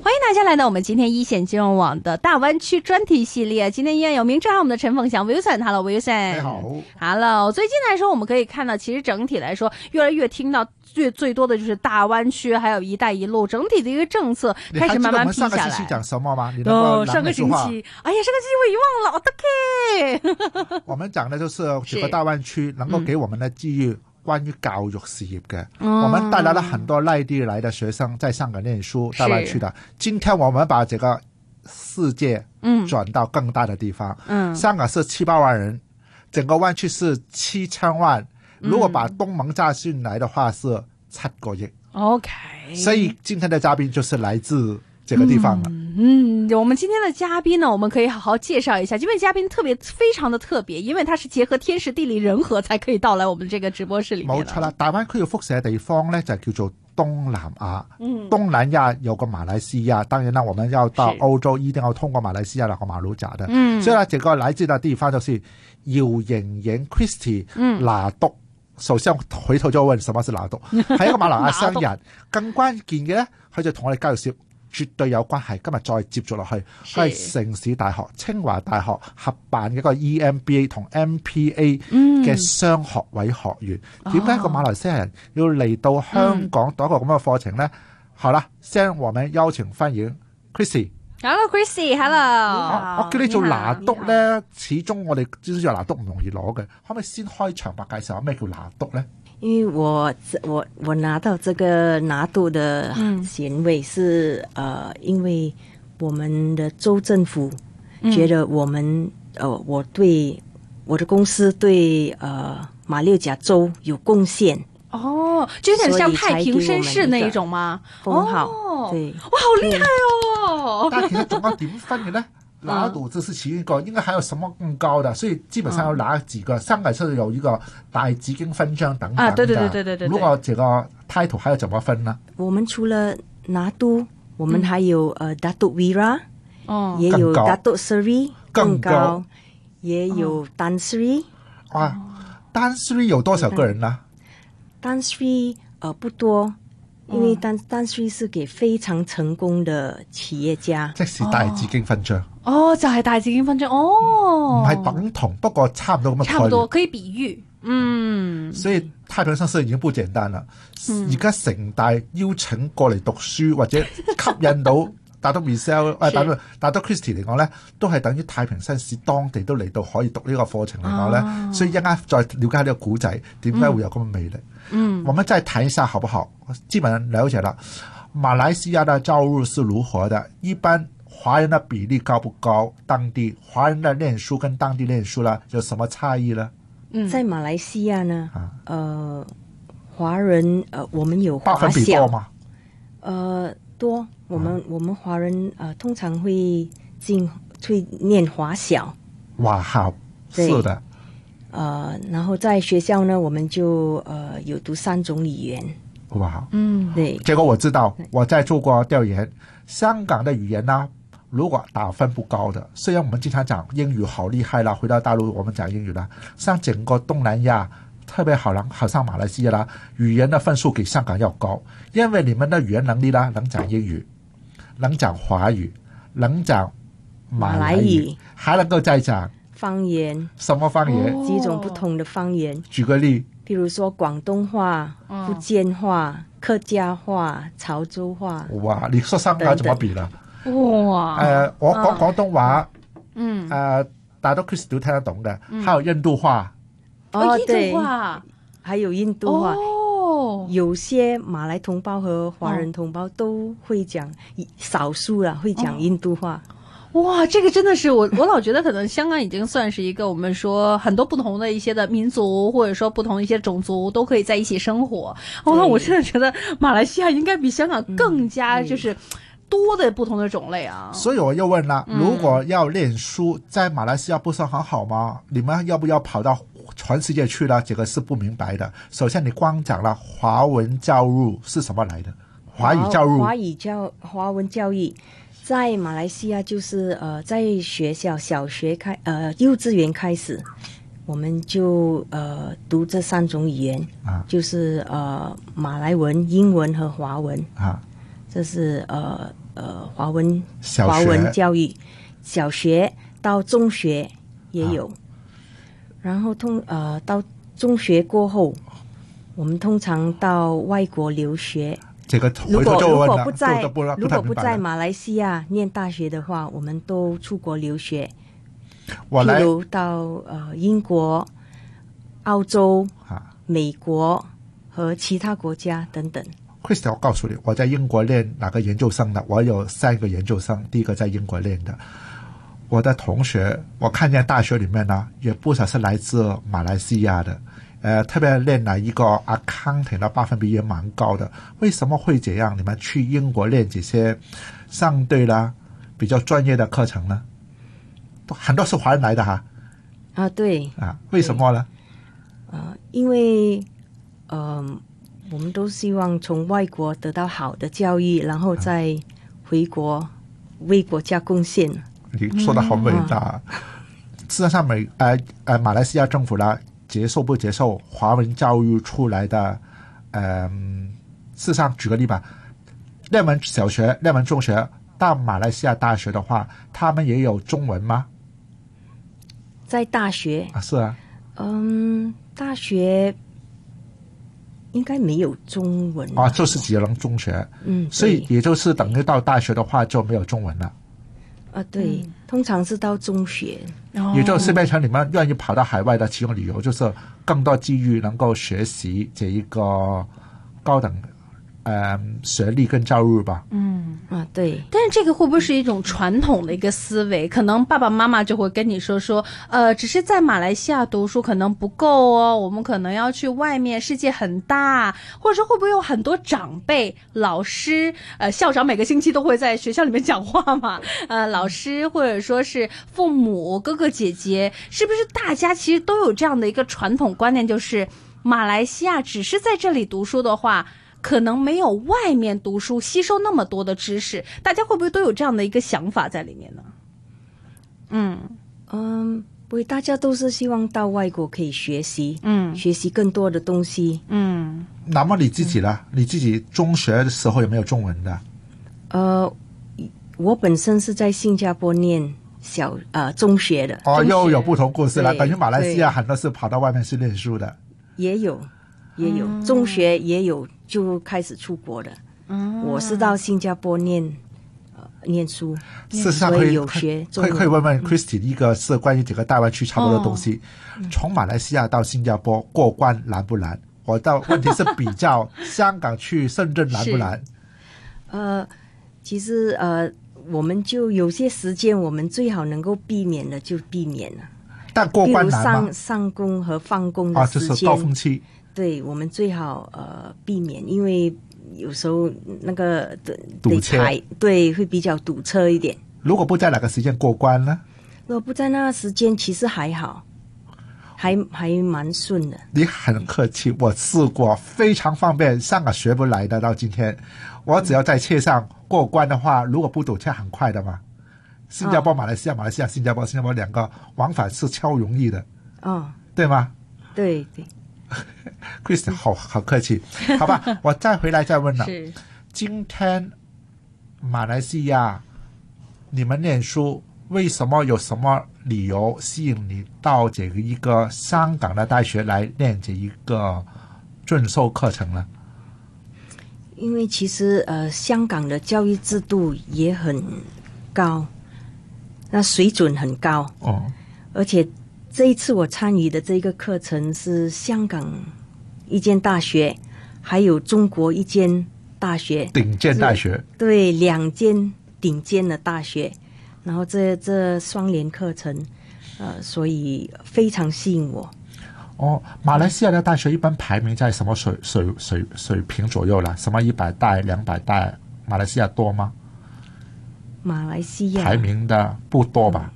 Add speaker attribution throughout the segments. Speaker 1: 欢迎大家来到我们今天一线金融网的大湾区专题系列。今天依然有明正还有我们的陈凤翔 Wilson，Hello Wilson，
Speaker 2: 你哎好。
Speaker 1: Hello，最近来说，我们可以看到，其实整体来说，越来越听到最最多的就是大湾区，还有一带一路整体的一个政策
Speaker 2: 你
Speaker 1: 开
Speaker 2: 还
Speaker 1: 始
Speaker 2: 记
Speaker 1: 慢
Speaker 2: 得我
Speaker 1: 慢
Speaker 2: 们
Speaker 1: 批
Speaker 2: 上个
Speaker 1: 下
Speaker 2: 星期
Speaker 1: 来。
Speaker 2: 讲什么吗？你能
Speaker 1: 哦，
Speaker 2: 不能
Speaker 1: 上个
Speaker 2: 拿那句
Speaker 1: 星
Speaker 2: 话
Speaker 1: 期，哎呀，上个星期我遗忘了，我的 K，
Speaker 2: 我们讲的就是整
Speaker 1: 是
Speaker 2: 个大湾区能够
Speaker 1: 嗯
Speaker 2: 给我们的机遇，关于教育事业的。
Speaker 1: 我
Speaker 2: 我们带来了很多内地来的学生在香港念书，
Speaker 1: 是
Speaker 2: 大湾区的。今天我们把这个世界
Speaker 1: 嗯
Speaker 2: 转到更大的地方，
Speaker 1: 嗯
Speaker 2: 香港是七八万人，整个湾区是七千万。
Speaker 1: 嗯
Speaker 2: 如果把东盟加进来的话是七个亿，
Speaker 1: ，OK，
Speaker 2: 所以今天的嘉宾就是来自这个地方了。
Speaker 1: 嗯，我们今天的嘉宾呢，我们可以好好介绍一下。这位嘉宾特别非常的特别，因为他是结合天时地利人和才可以到来我们这个直播室里面啊
Speaker 2: 冇
Speaker 1: 的。
Speaker 2: 錯啦，大灣區嘅輻射地方咧就叫做東南亞。嗯，東南亞有個馬來西亞，當然啦，我們要到
Speaker 1: 是
Speaker 2: 歐洲一定要通過馬來西亞那個馬路甲的。
Speaker 1: 嗯
Speaker 2: 所以呢，這個來自的地方就是姚瑩瑩 Christy
Speaker 1: 嗯
Speaker 2: 拿督。首先回頭就問什麼是 拿督，係一個馬來西亞
Speaker 1: 拿
Speaker 2: 人。更關鍵嘅咧，佢就同我哋交易涉絕對有關係。今日再接續落去，
Speaker 1: 是
Speaker 2: 佢係城市大學、清華大學合辦嘅一個 E EMBA 同 MPA
Speaker 1: 嗯
Speaker 2: 嘅商學位學員。
Speaker 1: 哦
Speaker 2: 點解一個馬來西亞人要嚟到香港讀一個咁嘅課程呢？好啦，先我們邀請歡迎 Chrissy。
Speaker 1: Hello Chrissy，Hello，
Speaker 2: 我叫你做拿督
Speaker 1: 啊你好
Speaker 2: 呢，始終我哋知道拿督唔容易攞嘅，可唔可以先開場白介紹下咩叫拿督呢？
Speaker 3: 因为我这我我拿到这个拿督的
Speaker 1: 嗯
Speaker 3: 衔位是、呃，因为我们的州政府
Speaker 1: 嗯
Speaker 3: 觉得我们、呃，我对我的公司对呃马六甲州有贡献
Speaker 1: 哦，就有点像太平绅士那一种吗？
Speaker 3: 封号，
Speaker 1: 哦，
Speaker 3: 对
Speaker 1: 哇，好厉害哦！
Speaker 2: 但其實仲有點分嘅呢？
Speaker 1: 嗯
Speaker 2: 拿督這是其中一個，應該還有什麼更高的？所以基本上有哪幾個？香港出有一個大紫荊勳章等等
Speaker 1: 嗯
Speaker 2: 的
Speaker 1: 啊對對對對對對
Speaker 2: 如果這個 title 還有怎麼分呢？
Speaker 3: 我们除了拿督，我们还有、呃 d a t o Vira，、
Speaker 1: 嗯哦，
Speaker 3: 也有
Speaker 2: 更高
Speaker 3: d a t o Seri
Speaker 2: 更高
Speaker 3: 高，也有
Speaker 1: 哦
Speaker 3: Dan Sri。
Speaker 2: 哇，啊单 three 有多少個人呢？
Speaker 3: 单 three 呃不多，
Speaker 1: 嗯
Speaker 3: 因为单单 three 是给非常成功的企业家。
Speaker 2: 即是大紫荊勳章。
Speaker 1: 哦，就系大紫荆分章哦，
Speaker 2: 唔係等同，不過差唔多咁嘅
Speaker 1: 差不
Speaker 2: 概
Speaker 1: 多
Speaker 2: 念。
Speaker 1: 可以比喻，嗯，
Speaker 2: 所以太平紳士已經不簡單啦。而家城大邀請過嚟讀書或者吸 引到達到 Michelle 誒
Speaker 1: 是
Speaker 2: 達到達到 Christie 嚟講咧，都係等於太平紳士當地都嚟到可以讀呢個課程嚟講咧。
Speaker 1: 哦
Speaker 2: 所以一陣間再了解呢個古仔點解會有咁嘅魅力。
Speaker 1: 嗯，
Speaker 2: 我們再談一下好不好？基本上了解了馬來西亞的教育是如何的，一般華人的比例高不高？當地華人的念書跟當地念書呢有什么差異呢？
Speaker 1: 嗯
Speaker 3: 在马来西亚呢
Speaker 2: 啊，
Speaker 3: 呃，华人呃，我们有
Speaker 2: 百
Speaker 3: 华
Speaker 2: 分比啊多
Speaker 3: 小，
Speaker 2: 嘛？
Speaker 3: 呃，多。我们我们华人呃，通常会进会念华小，
Speaker 2: 哇好，
Speaker 3: 对
Speaker 2: 是的，
Speaker 3: 呃，然后在学校呢，我们就呃有读三种语言，
Speaker 2: 哇。
Speaker 1: 嗯，
Speaker 3: 对，
Speaker 2: 结果我知道，我在做过调研，香港的语言呢，如果打分不高的，虽然我们经常讲英语好厉害啦，回到大陆我们讲英语啦，像整个东南亚，特别好啦，好像马来西亚啦，语言的分数比香港要高，因为你们的语言能力啦，能讲英语，能讲华语，能讲马来
Speaker 3: 马来
Speaker 2: 语
Speaker 3: 语，
Speaker 2: 还能够再讲
Speaker 3: 方言
Speaker 2: 什么方言？
Speaker 1: 哦
Speaker 3: 几种不同的方言。
Speaker 2: 举个例，
Speaker 3: 比如说广东话、
Speaker 1: 嗯
Speaker 3: 福建话、客家话、潮州话，
Speaker 2: 哇，你说香港怎么比呢？
Speaker 1: 嗯哇，
Speaker 2: 呃，我讲广东话。
Speaker 1: 嗯，
Speaker 3: 哦
Speaker 2: 呃，大多 Chris 都听得懂的，
Speaker 3: 嗯
Speaker 2: 还有印度话，
Speaker 1: 哦，
Speaker 3: 对
Speaker 1: 印度，话，
Speaker 3: 还有印度话。
Speaker 1: 哦，
Speaker 3: 有些马来同胞和华人同胞都会讲，少数啦会
Speaker 1: 嗯
Speaker 3: 讲印度话。
Speaker 1: 哇，这个真的是我，我老觉得可能香港已经算是一个我们说很多不同的一些的民族，或者说不同的一些种族都可以在一起生活。哦，那
Speaker 3: 对
Speaker 1: 我真的觉得马来西亚应该比香港更加
Speaker 3: 嗯对
Speaker 1: 就是多的不同的种类啊。
Speaker 2: 所以我又问了，
Speaker 3: 嗯
Speaker 2: 如果要念书，在马来西亚不是很好吗？你们要不要跑到全世界去呢？这个是不明白的。首先，你光讲了华文教育是什么来的？华语教育
Speaker 3: 华语教华文教育，在马来西亚就是呃，在学校小学开呃幼稚园开始，我们就呃读这三种语言，
Speaker 2: 啊
Speaker 3: 就是呃马来文、英文和华文。
Speaker 2: 啊，
Speaker 3: 这是呃呃华文
Speaker 2: 小
Speaker 3: 华
Speaker 2: 学
Speaker 3: 文教育，小学到中学也有，
Speaker 2: 啊
Speaker 3: 然后通呃到中学过后，我们通常到外国留学。
Speaker 2: 这个
Speaker 3: 如
Speaker 2: 回
Speaker 3: 果
Speaker 2: 头就
Speaker 3: 如
Speaker 2: 问
Speaker 3: 果
Speaker 2: 了，
Speaker 3: 不在
Speaker 2: 就不不
Speaker 3: 如
Speaker 2: 太
Speaker 3: 果
Speaker 2: 明
Speaker 3: 不
Speaker 2: 白
Speaker 3: 在
Speaker 2: 了
Speaker 3: 马来西亚念大学的话，我们都出国留学，
Speaker 2: 我
Speaker 3: 譬
Speaker 2: 来
Speaker 3: 如到呃英国、澳洲、
Speaker 2: 啊
Speaker 3: 美国和其他国家等等。
Speaker 2: ，Krista，我告诉你，我在英国念哪个研究生的？我有三个研究生，第一个在英国念的。我的同学，我看见大学里面呢，也不少是来自马来西亚的，呃，特别念了一个 accounting 的八分比也蛮高的。为什么会这样？你们去英国练这些相对啦比较专业的课程呢？都很多是华人来的哈
Speaker 3: 啊，对，
Speaker 2: 啊，为什么呢？
Speaker 3: 呃，因为呃，我们都希望从外国得到好的教育，然
Speaker 2: 嗯
Speaker 3: 后再回国为国家贡献。
Speaker 2: 你说的好伟大。事实上美，呃呃马来西亚政府呢，接受不接受华文教育出来的？呃，事实上，举个例吧，那门小学、那门中学到马来西亚大学的话，他们也有中文吗？
Speaker 3: 在大学，
Speaker 2: 啊，是啊，
Speaker 3: 嗯，大学应该没有中文
Speaker 2: 啊，就是只能中学，
Speaker 3: 嗯，
Speaker 2: 所以
Speaker 3: 对
Speaker 2: 也就是等于到大学的话就没有中文了，
Speaker 3: 啊，对，通常是到中学，
Speaker 1: 哦
Speaker 2: 也就是变成你们愿意跑到海外的其中理由，就是更多机遇能够学习这一个高等呃学历跟教育吧。
Speaker 3: 啊，对，
Speaker 1: 但是这个会不会是一种传统的一个思维？可能爸爸妈妈就会跟你说说，呃，只是在马来西亚读书可能不够哦，我们可能要去外面，世界很大，或者说会不会有很多长辈、老师、呃校长每个星期都会在学校里面讲话嘛？ 呃，老师或者说是父母、哥哥姐姐，是不是大家其实都有这样的一个传统观念，就是马来西亚只是在这里读书的话，可能没有外面读书吸收那么多的知识，大家会不会都有这样的一个想法在里面呢？嗯
Speaker 3: 嗯，不会，大家都是希望到外国可以学习，
Speaker 1: 嗯
Speaker 3: 学习更多的东西。
Speaker 1: 嗯
Speaker 2: 那么你自己呢？
Speaker 3: 嗯
Speaker 2: 你自己中学的时候有没有中文的？
Speaker 3: 呃，我本身是在新加坡念小呃中学的，
Speaker 2: 哦，
Speaker 1: 中学
Speaker 2: 又有不同故事了。
Speaker 3: 对
Speaker 2: 等于马来西亚很多是跑到外面去念书的。
Speaker 3: 也有也有、中学也有就开始出国的。
Speaker 1: 嗯，
Speaker 3: 我是到新加坡念呃念书，
Speaker 2: 事实上
Speaker 3: 所
Speaker 2: 可
Speaker 3: 以
Speaker 2: 以
Speaker 3: 有学中
Speaker 2: 可以可以
Speaker 3: 文。嗯
Speaker 2: 问问 Christy，一个是关于整个大湾区差不多的东
Speaker 3: 哦
Speaker 2: 西，
Speaker 3: 嗯
Speaker 2: 从马来西亚到新加坡过关难不难？我到问题是比较香港去深圳难不 难？
Speaker 3: 呃，其实呃，我们就有些时间，我们最好能够避免的就避免了，
Speaker 2: 但过
Speaker 3: 比
Speaker 2: 关
Speaker 3: 如
Speaker 2: 难吗
Speaker 3: 上？上工和放工
Speaker 2: 啊，
Speaker 3: 的
Speaker 2: 就
Speaker 3: 时
Speaker 2: 是
Speaker 3: 间，
Speaker 2: 高峰期，
Speaker 3: 对我们最好呃避免，因为有时候那个得
Speaker 2: 堵
Speaker 3: 得
Speaker 2: 车
Speaker 3: 排对会比较堵车一点。
Speaker 2: 如果不在哪个时间过关呢？
Speaker 3: 如果不在那时间，其实还好，还还蛮顺的。
Speaker 2: 你很客气，我试过，非常方便，上个学不来的。到今天，我只要在车上过关的话，如果不堵车，很快的嘛。新加坡、马来西亚、马来西亚、新加坡、新加坡两个往返是超容易的，
Speaker 3: 哦，
Speaker 2: 对吗
Speaker 3: 对对，
Speaker 2: ？Chris，好好客气，好 吧，我再回来再问了。
Speaker 1: 是
Speaker 2: 今天马来西亚，你们念书为什么有什么理由吸引你到这个一个香港的大学来念这一个进修课程呢？
Speaker 3: 因为其实呃，香港的教育制度也很高，那水准很高，
Speaker 2: 哦，
Speaker 3: 而且这一次我参与的这个课程是香港一间大学，还有中国一间大学，
Speaker 2: 顶尖大学
Speaker 3: 对，两间顶尖的大学，然后这这双联课程，呃，所以非常吸引我。
Speaker 2: 哦，马来西亚的大学一般排名在什么水水水水平左右啦？什么一百代、两百代？马来西亚多吗？
Speaker 3: 马来西
Speaker 2: 排
Speaker 3: 亚
Speaker 2: 名的不多吧，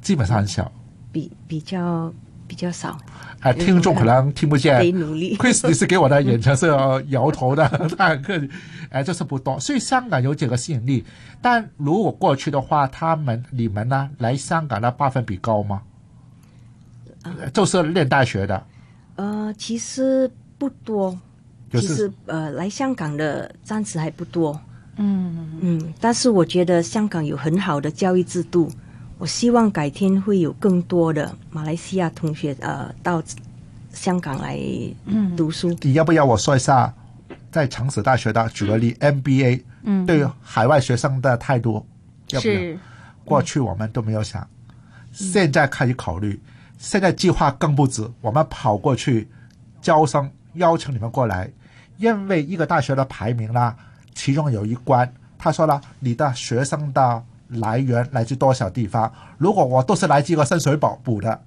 Speaker 2: 基本上很小。
Speaker 3: 比比较比较少，
Speaker 2: 哎，听众可能听不见
Speaker 3: 得努力。
Speaker 2: ，Chris 你是给我的眼神是摇头的， 他很客气。哎，就是不多，所以香港有这个吸引力。但如果过去的话，他们你们呢来香港的八分比高吗？
Speaker 1: 啊
Speaker 2: 就是念大学的，
Speaker 3: 呃，其实不多，
Speaker 2: 有
Speaker 3: 其
Speaker 2: 是
Speaker 3: 实呃，来香港的暂时还不多，
Speaker 1: 嗯
Speaker 3: 嗯，但是我觉得香港有很好的教育制度，我希望改天会有更多的马来西亚同学呃到香港来
Speaker 1: 嗯
Speaker 3: 读书。
Speaker 2: 你要不要我说一下，在城市大学的举个例，MBA
Speaker 1: 嗯，
Speaker 2: 对海外学生的态度，要不要？
Speaker 1: 是
Speaker 2: 过去我们都没有想，现在开始考虑，现在计划更不止，我们跑过去招生，邀请你们过来，因为一个大学的排名啦，其中有一关，他说了，你的学生的来源来自多少地方？如果我都是来自一个深水埗补的，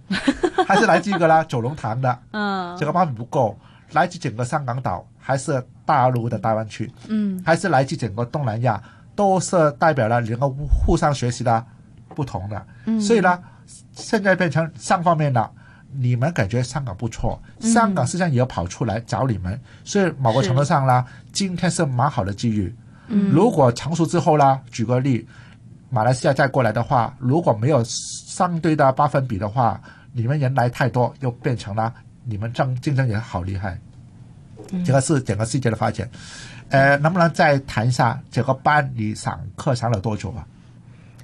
Speaker 2: 还是来自一个啦 九龙塘的，
Speaker 1: 嗯
Speaker 2: 这个方面不够，来自整个香港岛，还是大陆的大湾区，
Speaker 1: 嗯
Speaker 2: 还是来自整个东南亚，都是代表了两个互相学习的不同的。
Speaker 1: 嗯
Speaker 2: 所以呢，现在变成三方面了。你们感觉香港不错，香港实际上也要跑出来找你们，所以某个程度上呢，今天是蛮好的机遇。
Speaker 1: 嗯
Speaker 2: 如果成熟之后呢，举个例，马来西亚再过来的话，如果没有相对的八分比的话，你们人来太多，又变成了你们争竞争也好厉害。这个是整个世界的发展。呃，能不能再谈一下这个班你上课上了多久啊？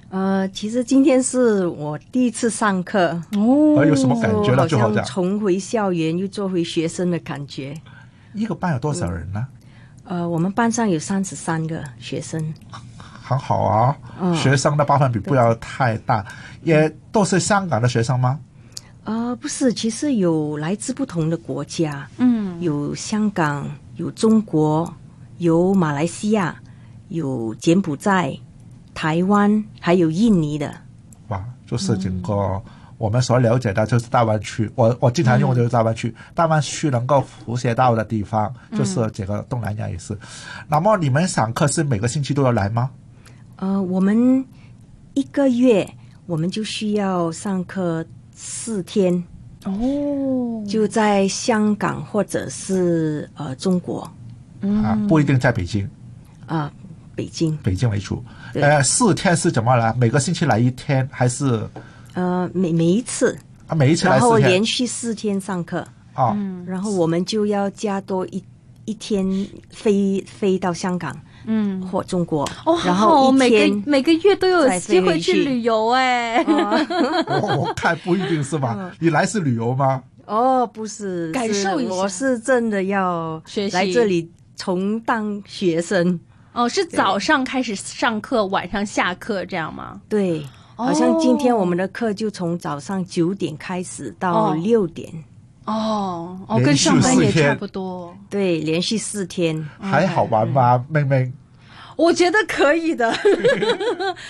Speaker 3: 呃，其实今天是我第一次上课，
Speaker 1: 哦
Speaker 2: 呃，有什么感觉呢？
Speaker 3: 好
Speaker 2: 就好像
Speaker 3: 像重回校园又做回学生的感觉。
Speaker 2: 一个班有多少人呢？
Speaker 3: 呃，我们班上有三十三个学生，
Speaker 2: 很好啊，
Speaker 3: 嗯
Speaker 2: 学生的八分比不要太大，也都是香港的学生吗？
Speaker 3: 呃，不是，其实有来自不同的国家，
Speaker 1: 嗯
Speaker 3: 有香港，有中国，有马来西亚，有柬埔寨、台湾，还有印尼的。
Speaker 2: 哇，就是整个我们所了解的，就是大湾
Speaker 3: 嗯
Speaker 2: 区。我我经常用的就是大湾区，大湾区能够辐射到的地方，
Speaker 3: 嗯
Speaker 2: 就是整个东南亚也是。那么你们上课是每个星期都要来吗？
Speaker 3: 呃，我们一个月我们就需要上课四天，
Speaker 1: 哦
Speaker 3: 就在香港或者是呃中国
Speaker 2: 啊，
Speaker 3: 嗯
Speaker 2: 不一定在北京，
Speaker 3: 啊、北京。
Speaker 2: 北京为主。
Speaker 3: 对
Speaker 2: 呃，四天是怎么来？每个星期来一天，还是
Speaker 3: 呃，每每一次，
Speaker 2: 啊每一次来
Speaker 3: 然后
Speaker 2: 四天
Speaker 3: 连？续嗯四天上课，
Speaker 2: 啊，
Speaker 1: 嗯
Speaker 3: 然后我们就要加多一一天飞飞到香港
Speaker 1: 嗯
Speaker 3: 或中国，
Speaker 1: 哦，好
Speaker 3: 然
Speaker 1: 好
Speaker 3: 后
Speaker 1: 哦
Speaker 3: 一
Speaker 1: 每
Speaker 3: 天
Speaker 1: 个每个月都有
Speaker 3: 再飞
Speaker 1: 机会
Speaker 3: 回
Speaker 1: 去
Speaker 3: 去
Speaker 1: 旅游哎，
Speaker 3: 哦
Speaker 2: 我我看不一定是
Speaker 3: 嗯
Speaker 2: 吧？你来是旅游吗？
Speaker 3: 哦，不是
Speaker 1: 感
Speaker 3: 是
Speaker 1: 受一下
Speaker 3: 我是真的要
Speaker 1: 学习
Speaker 3: 来这里重当学生，
Speaker 1: 哦，是早上开始上课，晚上下课这样吗？
Speaker 3: 对。
Speaker 1: 哦
Speaker 3: 好像今天我们的课就从早上九点开始到
Speaker 1: 哦
Speaker 3: 六点，
Speaker 1: 哦哦，
Speaker 2: 连
Speaker 1: 跟上
Speaker 2: 续
Speaker 1: 班
Speaker 2: 四
Speaker 1: 也差
Speaker 2: 天
Speaker 1: 不多。
Speaker 3: 对，连续四天。
Speaker 2: 还好玩吗？妹妹，
Speaker 1: 我觉得可以 的，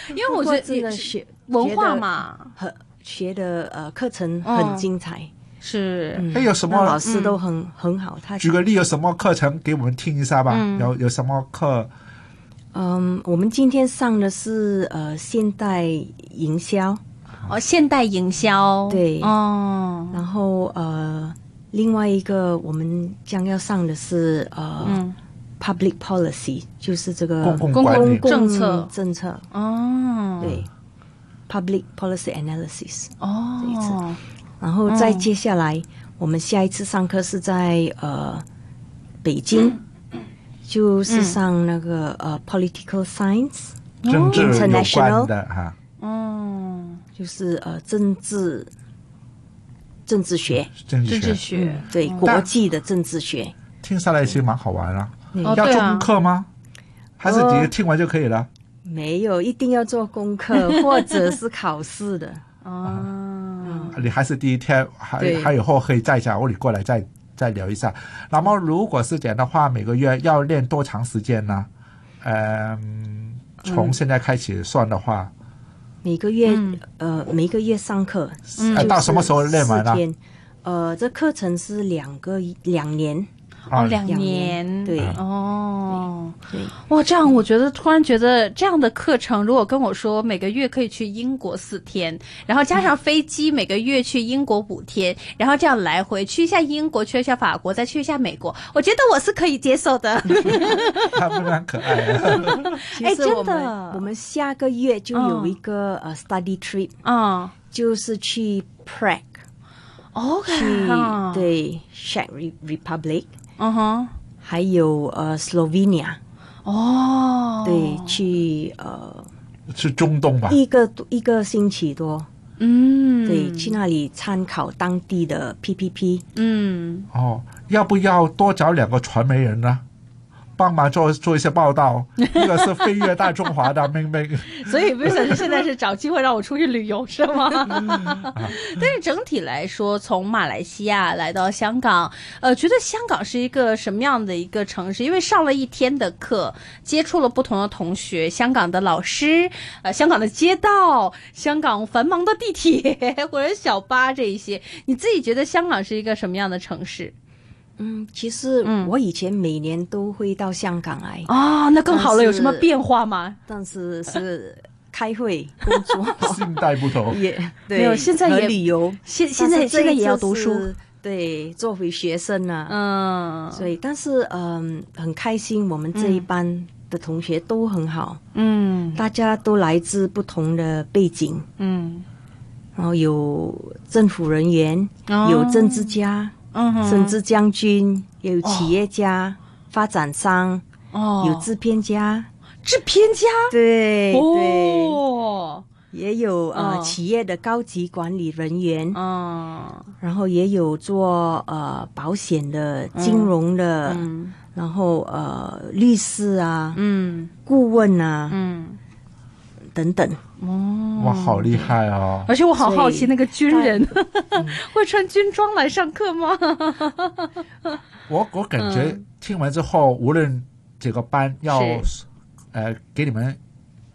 Speaker 1: 因为我觉
Speaker 3: 不过
Speaker 1: 得
Speaker 3: 真的
Speaker 1: 也
Speaker 3: 学
Speaker 1: 文化，嘛，
Speaker 3: 觉得很学的呃课程
Speaker 1: 哦
Speaker 3: 很精彩，
Speaker 1: 是
Speaker 3: 嗯
Speaker 2: 哎，有什
Speaker 3: 那老
Speaker 2: 么？
Speaker 3: 师
Speaker 1: 嗯
Speaker 3: 都很、很好，他
Speaker 2: 举个例，有什么课程给我们听一下吧？有有什么课？
Speaker 3: 嗯，我们今天上的是呃现代营销，
Speaker 1: 哦，现代营销
Speaker 3: 对
Speaker 1: 哦，
Speaker 3: 然后呃另外一个我们将要上的是呃、
Speaker 1: 嗯
Speaker 3: public policy，就是这个
Speaker 2: 公共
Speaker 1: 公
Speaker 2: 管
Speaker 1: 共
Speaker 2: 理
Speaker 3: 嗯公
Speaker 1: 政
Speaker 3: 共
Speaker 1: 策
Speaker 3: 政策，
Speaker 1: 哦，
Speaker 3: 对、public policy analysis。这一
Speaker 1: 哦
Speaker 3: 次，然后再接下来、我们下一次上课是在呃北京，就是上那个、呃 political science，
Speaker 2: 嗯政治有关
Speaker 3: international
Speaker 2: 的哈。
Speaker 1: 嗯，
Speaker 3: 就是呃政治政治学。
Speaker 2: 政
Speaker 1: 政治
Speaker 2: 治学，
Speaker 1: 学
Speaker 3: 嗯，对，国际的政治学。
Speaker 2: 听下来其实蛮好玩啊。
Speaker 1: 哦
Speaker 2: 要
Speaker 1: 对
Speaker 2: 做
Speaker 1: 啊
Speaker 2: 功课吗？还是直接听完就可以了？
Speaker 3: 没有，一定要做功课或者是考试的。啊嗯
Speaker 1: 哦，
Speaker 2: 你还是第一天，还
Speaker 3: 对
Speaker 2: 还有后可以再讲，我你过来再再聊一下。那么如果是这样的话，每个月要练多长时间呢？嗯，从现在开始算的话，
Speaker 3: 每个月、呃，每个月上课，
Speaker 2: 呃到什么时候练完啊
Speaker 3: 四
Speaker 2: 呢？
Speaker 3: 天。呃，这课程是两个两年，
Speaker 2: 啊，
Speaker 1: 哦两
Speaker 3: 两
Speaker 1: 年，
Speaker 3: 年对
Speaker 1: 哦，
Speaker 3: 对，
Speaker 1: 哇，这样我觉得突然觉得这样的课程，如果跟我说每个月可以去英国四天，然后加上飞机每个月去英国五天，然后这样来回去一下英国，去一下法国，再去一下美国，我觉得我是可以接受的。
Speaker 2: 啊 他们很可爱啊。
Speaker 1: 哎
Speaker 3: 嗯其实我
Speaker 1: 真
Speaker 3: 们
Speaker 1: 的哦
Speaker 3: 我们下个月就有一个、呃 study trip，
Speaker 1: 啊、
Speaker 3: 就是去 Prague，
Speaker 1: o k
Speaker 3: 去、
Speaker 1: 啊，，
Speaker 3: 对 Czech Re- Republic，
Speaker 1: 嗯哼，
Speaker 3: 还有呃 Slovenia，
Speaker 1: 哦，
Speaker 3: 对，去呃
Speaker 2: 是中东吧？
Speaker 3: 一个一个星期多，
Speaker 1: 嗯，
Speaker 3: 对，去那里参考当地的 PPP，
Speaker 1: 嗯，
Speaker 2: 哦，要不要多找两个传媒人呢？帮忙做做一些报道，一个是飞跃大中华的 明明，
Speaker 1: 所以 Wilson 现在是找机会让我出去旅游是吗？
Speaker 3: 嗯
Speaker 1: 但是整体来说，从马来西亚来到香港，呃，觉得香港是一个什么样的一个城市？因为上了一天的课，接触了不同的同学，香港的老师，呃，香港的街道，香港繁忙的地铁 或者小巴这一些，你自己觉得香港是一个什么样的城市？
Speaker 3: 嗯，其实
Speaker 1: 嗯
Speaker 3: 我以前每年都会到香港来，
Speaker 1: 啊，那更好了，
Speaker 3: 但是
Speaker 1: 有什么变化吗？
Speaker 3: 但是是开会工 作
Speaker 2: 信贷不同。
Speaker 3: 也对，
Speaker 1: 没有现在也
Speaker 3: 和旅游，
Speaker 1: 现现
Speaker 3: 但
Speaker 1: 在
Speaker 3: 是这
Speaker 1: 现在
Speaker 3: 一
Speaker 1: 也
Speaker 3: 次
Speaker 1: 要读书，
Speaker 3: 是，对，做回学生啊，
Speaker 1: 嗯，
Speaker 3: 所以但是嗯，很开心，我们这一班的同学都很好，
Speaker 1: 嗯
Speaker 3: 大家都来自不同的背景，
Speaker 1: 嗯
Speaker 3: 然后有政府人员，
Speaker 1: 哦
Speaker 3: 有政治家，
Speaker 1: 嗯哼，
Speaker 3: 甚至将军，也有企业家、发展商，
Speaker 1: 哦，
Speaker 3: 有制片家，
Speaker 1: 制片家，
Speaker 3: 对对，
Speaker 1: 哦，
Speaker 3: 也有呃、
Speaker 1: 哦
Speaker 3: 企业的高级管理人员，
Speaker 1: 嗯
Speaker 3: 然后也有做呃保险的、金融的，
Speaker 1: 嗯
Speaker 3: 然后呃律师啊、
Speaker 1: 嗯
Speaker 3: 顾问啊、
Speaker 1: 嗯，
Speaker 3: 等等。
Speaker 1: 哦，
Speaker 2: 哇，好厉害啊！
Speaker 1: 而且我好好奇
Speaker 3: 所以
Speaker 1: 那个军人会穿军装来上课吗？
Speaker 2: 我我感觉听完之后，无论这个班要
Speaker 1: 是
Speaker 2: 呃给你们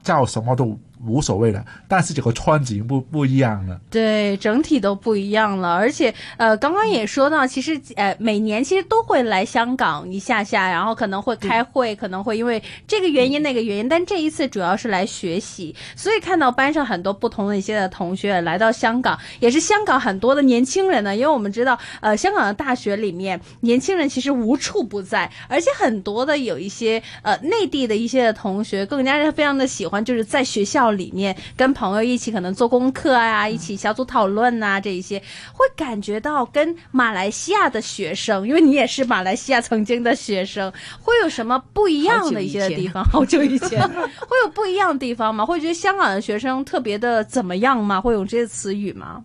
Speaker 2: 叫什么都无所谓了，但是这个圈子已经不不一样了。
Speaker 1: 对，整体都不一样了，而且呃，刚刚也说到，其实呃，每年其实都会来香港一下下，然后可能会开会，可能会因为这个原因那个原因，但这一次主要是来学习，所以看到班上很多不同的一些的同学来到香港，也是香港很多的年轻人呢，因为我们知道呃，香港的大学里面年轻人其实无处不在，而且很多的有一些呃内地的一些的同学更加是非常的喜欢，就是在学校里面跟朋友一起可能做功课啊，一起小组讨论啊这一些，会感觉到跟马来西亚的学生，因为你也是马来西亚曾经的学生，会有什么不一样的一些的地方？好久以前会有不一样的地方吗？会觉得香港的学生特别的怎么样吗？会有这些词语吗？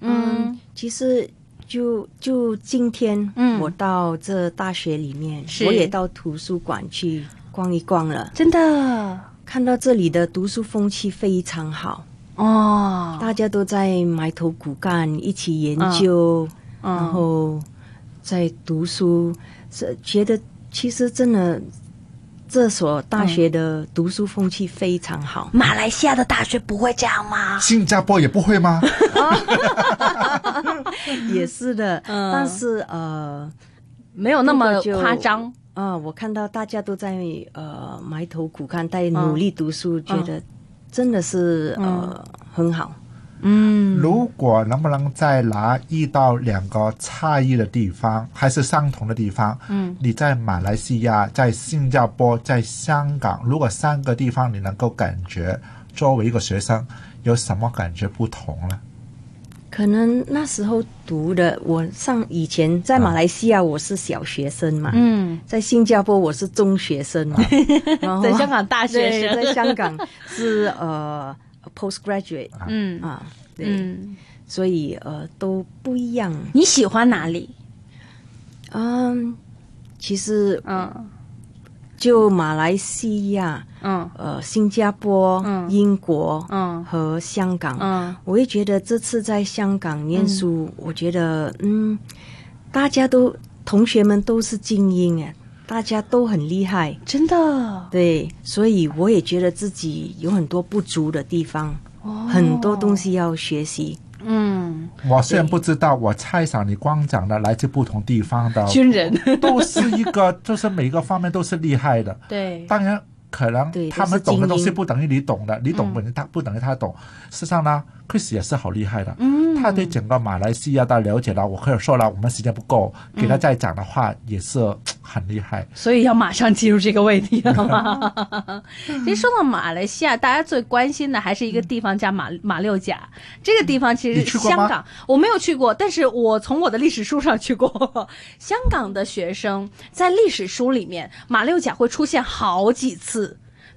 Speaker 1: 嗯，
Speaker 3: 其实就就今天，
Speaker 1: 嗯
Speaker 3: 我到这大学里面，
Speaker 1: 是
Speaker 3: 我也到图书馆去逛一逛了，
Speaker 1: 真的
Speaker 3: 看到这里的读书风气非常好，
Speaker 1: 哦，
Speaker 3: 大家都在埋头苦干，一起研究，
Speaker 1: 嗯
Speaker 3: 然后在读书，是觉得其实真的。这所大学的读书风气非常好，
Speaker 1: 马来西亚的大学不会这样吗？
Speaker 2: 新加坡也不会吗？
Speaker 3: 也是的。
Speaker 1: 嗯
Speaker 3: 但是呃，
Speaker 1: 没有那么
Speaker 3: 这个就
Speaker 1: 夸张。
Speaker 3: 啊，我看到大家都在呃埋头苦干，在努力读书，觉得真的是、呃很好。
Speaker 1: 嗯
Speaker 2: 如果能不能再拿一到两个差异的地方，还是相同的地方？
Speaker 1: 嗯，
Speaker 2: 你在马来西亚、在新加坡、在香港，如果三个地方你能够感觉，作为一个学生有什么感觉不同呢？
Speaker 3: 可能那时候读的，我上以前在马来西亚我是小学生嘛，
Speaker 1: 嗯，
Speaker 3: 在新加坡我是中学生 嘛，然后
Speaker 1: 在香港大学
Speaker 3: 对
Speaker 1: 生，
Speaker 3: 在香港是呃 postgraduate
Speaker 1: 嗯
Speaker 3: 啊，对，
Speaker 1: 嗯，
Speaker 3: 所以呃都不一样。
Speaker 1: 你喜欢哪里？
Speaker 3: 嗯，其实
Speaker 1: 嗯
Speaker 3: 就马来西亚，
Speaker 1: 嗯
Speaker 3: 呃，新加坡、
Speaker 1: 嗯
Speaker 3: 英国、
Speaker 1: 嗯
Speaker 3: 和香港，
Speaker 1: 嗯
Speaker 3: 我也觉得这次在香港念书，我觉得嗯，大家都同学们都是精英哎，大家都很厉害，
Speaker 1: 真的
Speaker 3: 对，所以我也觉得自己有很多不足的地方，
Speaker 1: 哦
Speaker 3: 很多东西要学习。
Speaker 1: 嗯，
Speaker 2: 我虽然不知道，我猜想你光讲的来自不同地方的，
Speaker 1: 军人
Speaker 2: 都是一个，就是每个方面都是厉害的。
Speaker 1: 对，
Speaker 2: 当然，可能
Speaker 3: 对
Speaker 2: 他们懂的
Speaker 3: 都
Speaker 2: 东西
Speaker 3: 是精英嗯
Speaker 2: 不等于你懂的，你懂不等于他不等于他懂。事实上呢，Chris 也是好厉害的，嗯，他对整个马来西亚的了解了，我可以说了，我们时间不够，给他再讲的话也是嘖很厉害。
Speaker 1: 所以要马上进入这个问题了吗？ 其实说到马来西亚，大家最关心的还是一个地方叫马马六甲。这个地方其
Speaker 2: 你
Speaker 1: 实
Speaker 2: 去过
Speaker 1: 香
Speaker 2: 吗
Speaker 1: 港，我没有去过，但是我从我的历史书上去 过。香港的学生在历史书里面，马六甲会出现好几次。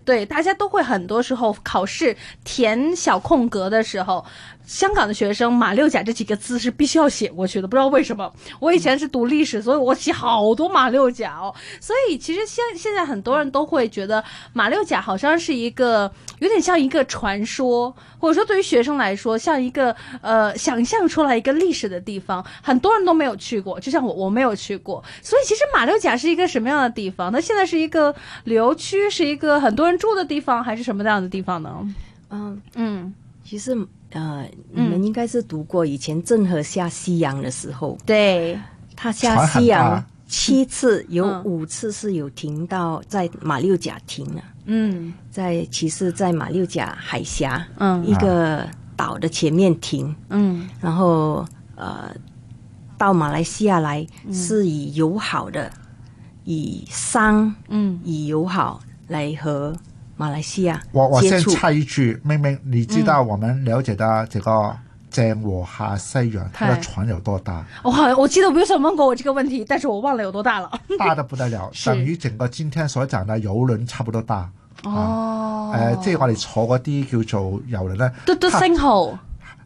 Speaker 1: 对，大家都会很多时候考试填小空格的时候，香港的学生马六甲这几个字是必须要写过去的，不知道为什么。我以前是读历史，所以我写好多马六甲哦。所以其实现现在很多人都会觉得马六甲好像是一个呃有点像一个传说，或者说对于学生来说，像一个呃想象出来一个历史的地方，很多人都没有去过，就像我我没有去过。所以其实马六甲是一个什么样的地方？它现在是一个旅游区，是一个很多人住的地方，还是什么样的地方呢？
Speaker 3: 嗯，
Speaker 1: 嗯，
Speaker 3: 其实呃，你们应该是读过以前郑和下西洋的时候，
Speaker 1: 对，
Speaker 3: 他下西
Speaker 2: 船很
Speaker 3: 洋
Speaker 2: 大
Speaker 3: 七次，有
Speaker 1: 嗯
Speaker 3: 五次是有停到在马六甲停了，
Speaker 1: 嗯
Speaker 3: 在其实，在马六甲海峡
Speaker 1: 嗯
Speaker 3: 一个岛的前面停，
Speaker 1: 嗯
Speaker 3: 然后呃，到马来西亚来是以友好的，以商
Speaker 1: 嗯
Speaker 3: 以友好来和马来西亚
Speaker 2: 我我
Speaker 3: 接
Speaker 2: 先
Speaker 3: 触。
Speaker 2: 插一句，明明你知道我们了解的这个郑和下西洋，它的
Speaker 1: 嗨
Speaker 2: 船有多大？
Speaker 1: 我好像我记得吴想问过我这个问题，但是我忘了有多大了。
Speaker 2: 大的不得 了，
Speaker 1: 是
Speaker 2: 等於整個今天所講嘅遊輪差不多大。
Speaker 1: 哦
Speaker 2: 誒、
Speaker 3: 哦
Speaker 2: 即係我哋坐嗰啲叫做遊輪咧，
Speaker 1: 嘟嘟星号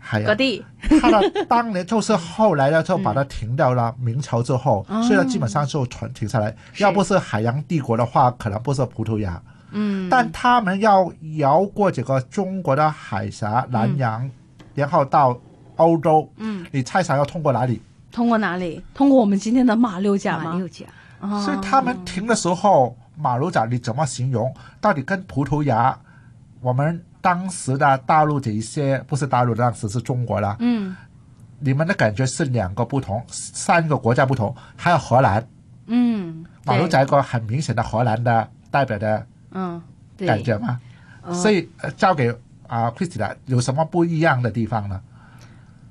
Speaker 2: 係
Speaker 1: 嗰
Speaker 2: 啊，
Speaker 1: 啲，
Speaker 2: 它的當年就是後來呢，就把它停掉了。明朝之後，
Speaker 1: 哦
Speaker 2: 所以呢，基本上就停停下來。要不是海洋帝國的話，可能不是葡萄牙。
Speaker 1: 嗯，
Speaker 2: 但他们要绕过这个中国的海峡、南洋，然后到欧洲，
Speaker 1: 嗯，
Speaker 2: 你猜想要通过哪里？
Speaker 1: 通过哪里？通过我们今天的马六甲
Speaker 3: 马
Speaker 1: 吗
Speaker 3: 六？甲，
Speaker 1: 哦
Speaker 2: 所以他们停的时候，马六甲你怎么形容？到底跟葡萄牙，我们当时的大陆这一些不是大陆，当时是中国了，
Speaker 1: 嗯
Speaker 2: 你们的感觉是两个不同，三个国家不同，还有荷兰，
Speaker 1: 嗯，
Speaker 2: 马六
Speaker 1: 对
Speaker 2: 甲一个很明显的荷兰的代表的
Speaker 1: 嗯
Speaker 2: 感
Speaker 1: 对，
Speaker 2: 觉嘛。
Speaker 3: 嗯
Speaker 2: 所以呃交给啊 c h r i s t i n 有什么不一样的地方呢？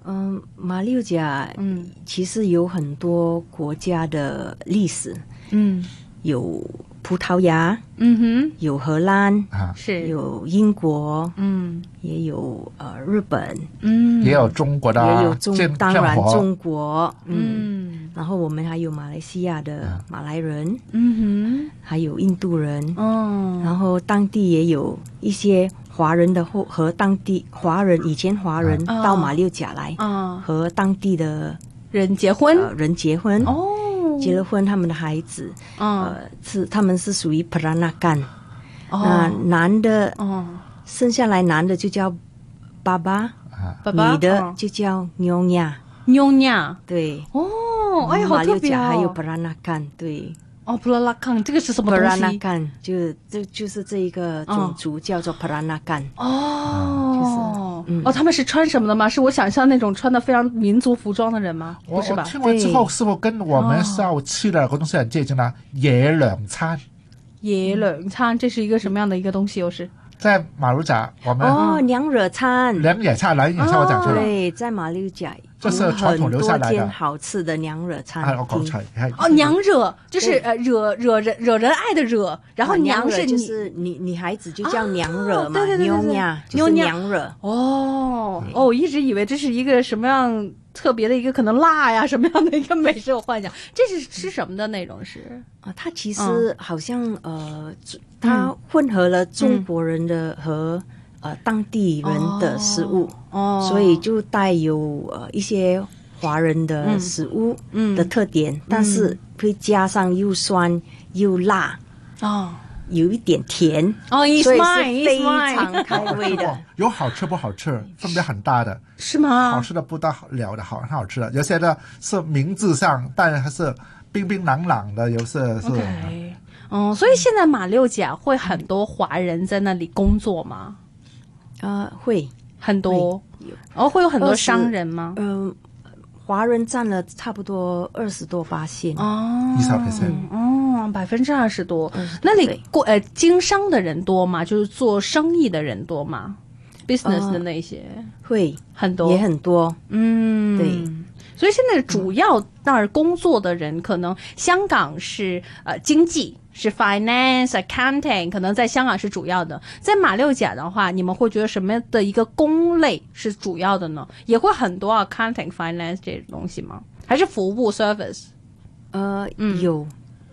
Speaker 3: 嗯、马六甲
Speaker 1: 嗯
Speaker 3: 其实有很多国家的历史，
Speaker 1: 嗯
Speaker 3: 有葡萄牙，
Speaker 1: 嗯
Speaker 3: 有荷兰，
Speaker 1: 哼，，
Speaker 2: 啊
Speaker 1: 是，
Speaker 3: 有英国，
Speaker 1: 嗯
Speaker 3: 也有呃日本，
Speaker 1: 嗯
Speaker 2: 也有中国的
Speaker 3: 也有中
Speaker 2: 建，
Speaker 3: 当然
Speaker 2: 建国
Speaker 3: 中国，嗯，
Speaker 1: 嗯
Speaker 3: 然后我们还有马来西亚的马来人，
Speaker 1: 嗯
Speaker 3: 还有印度人
Speaker 1: 哼，，嗯
Speaker 3: 然后当地也有一些华人的后和当地华人以前华人
Speaker 1: 啊
Speaker 3: 到马六甲来
Speaker 1: 啊，
Speaker 3: 和当地的
Speaker 1: 人结婚
Speaker 3: 呃人结婚，
Speaker 1: 哦，
Speaker 3: 结了婚，他们的孩子
Speaker 1: 嗯
Speaker 3: 呃是他们是属于 Peranakan，那
Speaker 1: 哦
Speaker 3: 男的
Speaker 1: 哦，
Speaker 3: 生下来男的就叫爸爸，
Speaker 2: 啊，
Speaker 1: 爸爸
Speaker 3: 女的
Speaker 1: 哦
Speaker 3: 就叫妞娘，
Speaker 1: 妞娘
Speaker 3: 对。
Speaker 1: 哦，哎呀，好
Speaker 3: 马
Speaker 1: 特
Speaker 3: 六
Speaker 1: 别
Speaker 3: 甲
Speaker 1: 哦
Speaker 3: 还有 Peranakan，对
Speaker 1: 哦，普拉拉康这个是什么东西？
Speaker 3: ，Peranakan 就就就是这一个种族叫做 Peranakan，
Speaker 1: 哦，
Speaker 2: 嗯
Speaker 1: 哦，他们是穿什么的吗？是我想象那种穿的非常民族服装的人吗？
Speaker 2: 我
Speaker 1: 不是
Speaker 2: 我
Speaker 1: 吧？
Speaker 2: 听完之后
Speaker 3: 对
Speaker 2: 是否跟我们要吃的广东西很接近呢？
Speaker 3: 哦
Speaker 2: 野粮餐
Speaker 1: 野冷餐这是一个什么样的一个东西？又是
Speaker 2: 在马六甲，我们
Speaker 3: 哦，娘惹餐，
Speaker 2: 粮野菜、粮野菜我
Speaker 1: 嗯
Speaker 2: 讲出来
Speaker 3: 对，在马六甲
Speaker 2: 这是
Speaker 3: 有
Speaker 2: 传统
Speaker 3: 很
Speaker 2: 留下
Speaker 3: 多
Speaker 2: 来的
Speaker 3: 间好吃的娘惹餐
Speaker 2: 啊，我讲
Speaker 3: 厅
Speaker 2: 出。来係
Speaker 1: 哦，娘惹就是呃惹惹人惹人爱的惹，然后
Speaker 3: 啊
Speaker 1: 娘
Speaker 3: 惹
Speaker 1: 是
Speaker 3: 就
Speaker 1: 你
Speaker 3: 是女女孩子就叫娘惹嘛
Speaker 1: 哦对对，对对
Speaker 3: 妞
Speaker 1: 对
Speaker 3: 娘就
Speaker 1: 妞
Speaker 3: 是
Speaker 1: 娘
Speaker 3: 娘惹，
Speaker 1: 哦哦，我一直以为这是一个什么样特别的一个可能辣呀什么样的一个美食，我幻想这是吃什么的那种是
Speaker 3: 啊，它其
Speaker 1: 嗯
Speaker 3: 实好像、呃，中它混合了中
Speaker 1: 嗯
Speaker 3: 国人的和、呃当地人的食物，
Speaker 1: 哦，
Speaker 3: 所以就带有呃一些华人的
Speaker 1: 嗯
Speaker 3: 食物
Speaker 1: 嗯
Speaker 3: 的特点，但是会加上又酸又辣，
Speaker 1: 哦
Speaker 3: 有一点甜，
Speaker 1: 哦，is
Speaker 3: 所以
Speaker 1: mine
Speaker 3: 是
Speaker 1: is
Speaker 3: 非
Speaker 1: mine
Speaker 3: 常开胃的。
Speaker 2: 哦 有好吃不好吃，分别很大的，
Speaker 1: 是吗
Speaker 2: 好？吃的不得了的，好很好吃的，有些呢是名字上，但还是冰冰冷冷的，有些是
Speaker 1: OK，嗯，所以现在马六甲会很多华人在那里工作吗？哦
Speaker 3: 呃，会，
Speaker 1: 很多，哦，会有很多商人吗？
Speaker 3: 嗯、华人占了差不多二十多八线，
Speaker 1: 哦，
Speaker 2: 一少 percent。
Speaker 1: 哦，百分之二十多。那里过呃，经商的人多吗？就是做生意的人多吗？business 的那些、
Speaker 3: 会
Speaker 1: 呃很多，
Speaker 3: 也很多。
Speaker 1: 嗯，
Speaker 3: 对。
Speaker 1: 所以现在主要那儿工作的人，可能香港是呃经济。是 finance accounting，可能在香港是主要的。在马六甲的话，你们会觉得什么样的一个工类是主要的呢？也会很多 accounting finance 这些东西吗？还是服务 service
Speaker 3: 呃，
Speaker 1: 嗯
Speaker 3: 有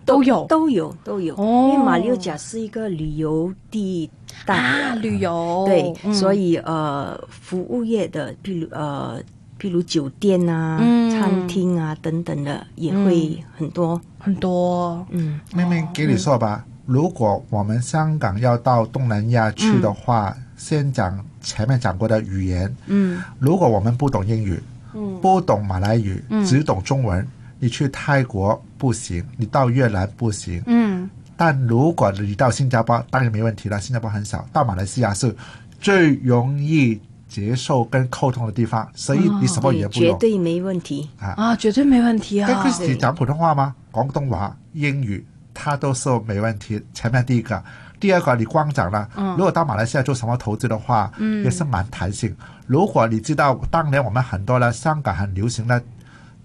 Speaker 1: 都有
Speaker 3: 都有都有，
Speaker 1: 哦
Speaker 3: 因为马六甲是一个旅游地带，
Speaker 1: 啊？旅游
Speaker 3: 对，
Speaker 1: 嗯
Speaker 3: 所以呃，服务业的，比如呃，比如酒店啊、
Speaker 1: 嗯
Speaker 3: 餐厅啊等等的，也会很多。
Speaker 1: 很多
Speaker 3: 嗯，
Speaker 2: 明明给你说吧，
Speaker 1: 嗯
Speaker 2: 如果我们香港要到东南亚去的话，先讲前面讲过的语言。
Speaker 1: 嗯
Speaker 2: 如果我们不懂英语，
Speaker 1: 嗯
Speaker 2: 不懂马来语，
Speaker 1: 嗯
Speaker 2: 只懂中文，你去泰国不行，你到越南不行。
Speaker 1: 嗯
Speaker 2: 但如果你到新加坡，当然没问题了，新加坡很小。到马来西亚是最容易接受跟沟通的地方，所以你什么语
Speaker 3: 对
Speaker 2: 言，不
Speaker 3: 绝
Speaker 2: 懂。
Speaker 3: 哦对没问题。
Speaker 1: 啊，绝对没问题
Speaker 2: 跟
Speaker 1: 啊！
Speaker 2: Christy 讲普通话吗？广东话、英语，他都说没问题。前面第一个，第二个你光讲了，
Speaker 1: 嗯
Speaker 2: 如果到马来西亚做什么投资的话，
Speaker 1: 嗯
Speaker 2: 也是蛮弹性。如果你知道当年我们很多呢，香港很流行的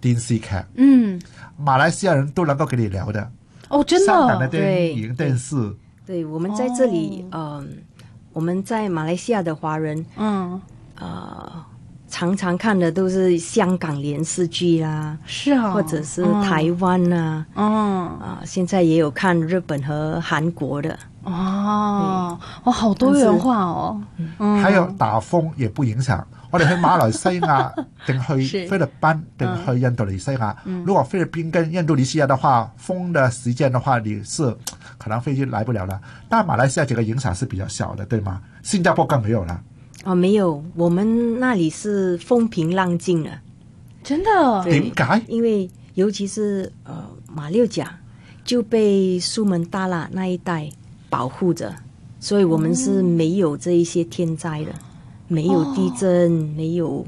Speaker 2: 电视剧，
Speaker 1: 嗯
Speaker 2: 马来西亚人都能够给你聊的，
Speaker 1: 哦，真
Speaker 2: 香港的
Speaker 1: 的
Speaker 2: 电
Speaker 3: 对
Speaker 2: 影、电视，
Speaker 3: 对我们在这里，嗯、
Speaker 1: 哦
Speaker 3: 我们在马来西亚的华人，
Speaker 1: 嗯
Speaker 3: 呃，常常看的都是香港连视剧啦，
Speaker 1: 是啊，
Speaker 3: 或者是
Speaker 1: 嗯
Speaker 3: 台湾啦、
Speaker 1: 嗯
Speaker 3: 啊、现在也有看日本和韩国的。
Speaker 1: 嗯哦哇，好多元化哦，嗯
Speaker 2: 还有打風亦不影響。我哋去馬來西 亞定去
Speaker 1: 是嗯
Speaker 2: 菲律賓定去印度尼西亞，如果菲律賓跟印度尼西亞的話，風的時間的話，你是可能飛機來不了了。但馬來西亞這個影響是比較小的，對嗎？新加坡更沒有了。
Speaker 3: 哦，没有，我们那里是风平浪静的。
Speaker 1: 真的
Speaker 3: 对
Speaker 2: 點解？
Speaker 3: 因为尤其是呃马六甲就被苏门答腊那一带保护着，所以我们是没有这一些天灾的，没有地震，
Speaker 1: 哦
Speaker 3: 没有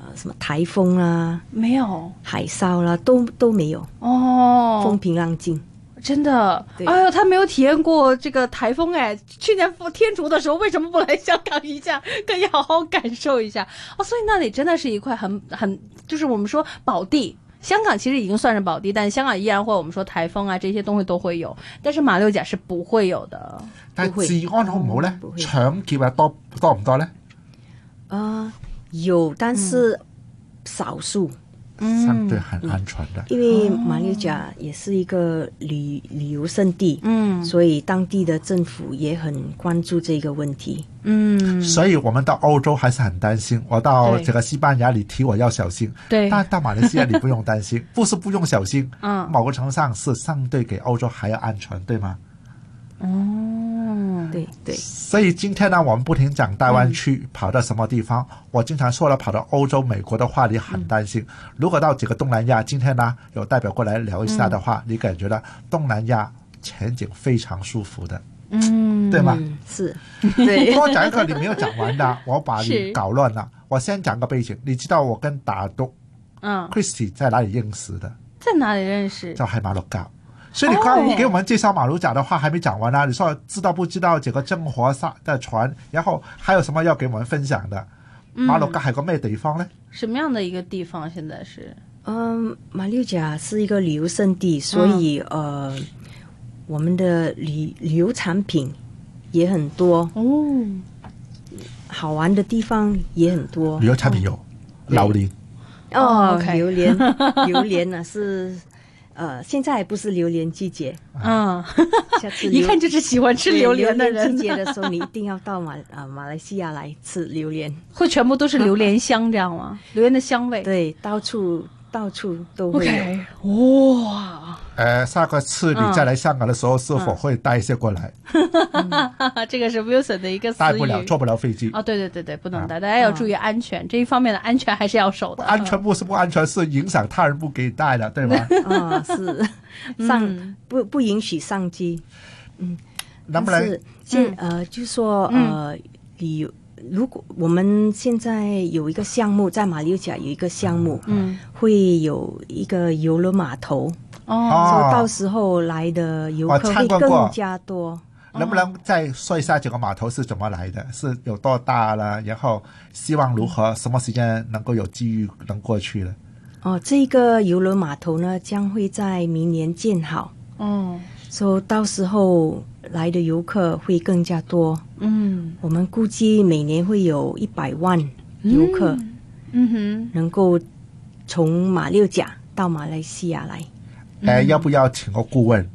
Speaker 3: 呃什么台风啦、
Speaker 1: 没有
Speaker 3: 海啸啦、都都没有，
Speaker 1: 哦，
Speaker 3: 风平浪静。
Speaker 1: 真的，
Speaker 3: 对
Speaker 1: 哎呦，他没有体验过这个台风哎。去年天竺的时候，为什么不来香港一下，可以好好感受一下哦？所以那里真的是一块很很，就是我们说宝地。香港其实已经算是宝地，但香港依然会我们说台风啊这些东西都会有，但是马六甲是不会有的。
Speaker 2: 但
Speaker 3: 不會
Speaker 2: 治安好唔好呢
Speaker 1: 嗯
Speaker 3: 不？會
Speaker 2: 搶劫啊多多唔多呢？
Speaker 1: 哦
Speaker 3: 啊，有，但是少数，
Speaker 1: 嗯
Speaker 2: 相對很安全的。
Speaker 3: 因为马六甲也是一个旅旅游胜地，
Speaker 1: 嗯
Speaker 3: 所以当地的政府也很关注这个问题。
Speaker 1: 嗯，
Speaker 2: 所以我們到歐洲還是很擔心。我到
Speaker 1: 對
Speaker 2: 這個西班牙，你提我要小心。
Speaker 1: 对，
Speaker 2: 但到马来西亚你不用 担心，不是不用小心，
Speaker 1: 嗯
Speaker 2: 某个程度上是相对给欧洲还要安全，对吗？
Speaker 1: 哦，
Speaker 3: 对对。
Speaker 2: 所以今天呢，我们不停讲大湾
Speaker 1: 嗯
Speaker 2: 区跑到什么地方，我经常说了，跑到欧洲、美国的话，你很担心。
Speaker 1: 嗯
Speaker 2: 如果到几个东南亚，今天呢有代表过来聊一下的话，
Speaker 1: 嗯
Speaker 2: 你感觉到东南亚前景非常舒服的，
Speaker 1: 嗯，
Speaker 2: 对 吗？
Speaker 3: 嗯，是，对，
Speaker 2: 多讲一个你没有讲完的，我把你
Speaker 1: 是
Speaker 2: 搞乱了。我先讲个背景，你知道我跟打赌
Speaker 1: 嗯，
Speaker 2: Christy 在哪里认识的？
Speaker 1: 在哪里认识？
Speaker 2: 就係馬六甲。所以你刚
Speaker 1: 哦
Speaker 2: 你给我们介绍马六甲的话还没讲完呢、你说知道不知道这个郑和下的船，然后还有什么要给我们分享的？
Speaker 3: 嗯
Speaker 2: 马六甲係個咩地方呢？
Speaker 1: 什么样的一个地方？现在是
Speaker 3: 嗯，马六甲是一个旅游胜地，所以、
Speaker 1: 嗯
Speaker 3: 呃，我们的旅旅游产品也很多，
Speaker 1: 哦，
Speaker 3: 好玩的地方也很多
Speaker 2: 旅。游产品有榴莲，
Speaker 1: 哦，OK
Speaker 3: 榴莲，榴莲呢、是，呃，现在还不是榴莲季节，
Speaker 1: 嗯，
Speaker 3: 下次
Speaker 1: 一
Speaker 3: 榴
Speaker 1: 看就是喜欢吃
Speaker 3: 对
Speaker 1: 榴莲的
Speaker 3: 季
Speaker 1: 人，
Speaker 3: 节的时候，你一定要到马啊、马来西亚来吃榴莲，
Speaker 1: 会全部都是榴莲香这样吗？榴莲的香味。
Speaker 3: 对，到处到处都会有。
Speaker 1: ，OK，哇，
Speaker 2: 呃，下个次
Speaker 3: 嗯
Speaker 2: 你再来香港的时候，是否会带一些过来？
Speaker 1: 嗯 这个是 Wilson 的一个私
Speaker 2: 带
Speaker 1: 语。
Speaker 2: 不了，坐不了飞机。
Speaker 1: 哦，对对对对，不能带，大家要注意安全，这一方面的安全还是要守的。
Speaker 2: 安全不是不安全，是影响他人不给带的， 对吧？
Speaker 3: 啊，是 上、
Speaker 1: 嗯
Speaker 3: 不不允许上机，
Speaker 2: 能不
Speaker 3: 但
Speaker 2: 能
Speaker 3: 是现、
Speaker 2: 嗯
Speaker 3: 呃，就说呃，旅游如果我们现在有一个项目在马六甲有一个项目，
Speaker 1: 嗯，
Speaker 3: 会有一个游轮码头，
Speaker 1: 哦，
Speaker 3: 所以
Speaker 2: 哦
Speaker 3: 到时候来的游
Speaker 2: 我
Speaker 3: 客
Speaker 2: 参
Speaker 3: 会
Speaker 2: 观过
Speaker 3: 更加多。
Speaker 2: 能不能再说一下这个码头是怎么来的，是有多大了？然后希望如何，什么时间能够有机遇能过去呢？
Speaker 3: 哦，这个游轮码头呢将会在明年建好，
Speaker 1: 哦，
Speaker 3: 所、以到时候来的游客会更加多。
Speaker 1: 嗯
Speaker 3: 我们估计每年会有一百万游客
Speaker 1: 嗯哼，
Speaker 3: 能够从马六甲到马来西亚来。
Speaker 2: 哎，要不要请个顾问？
Speaker 3: 嗯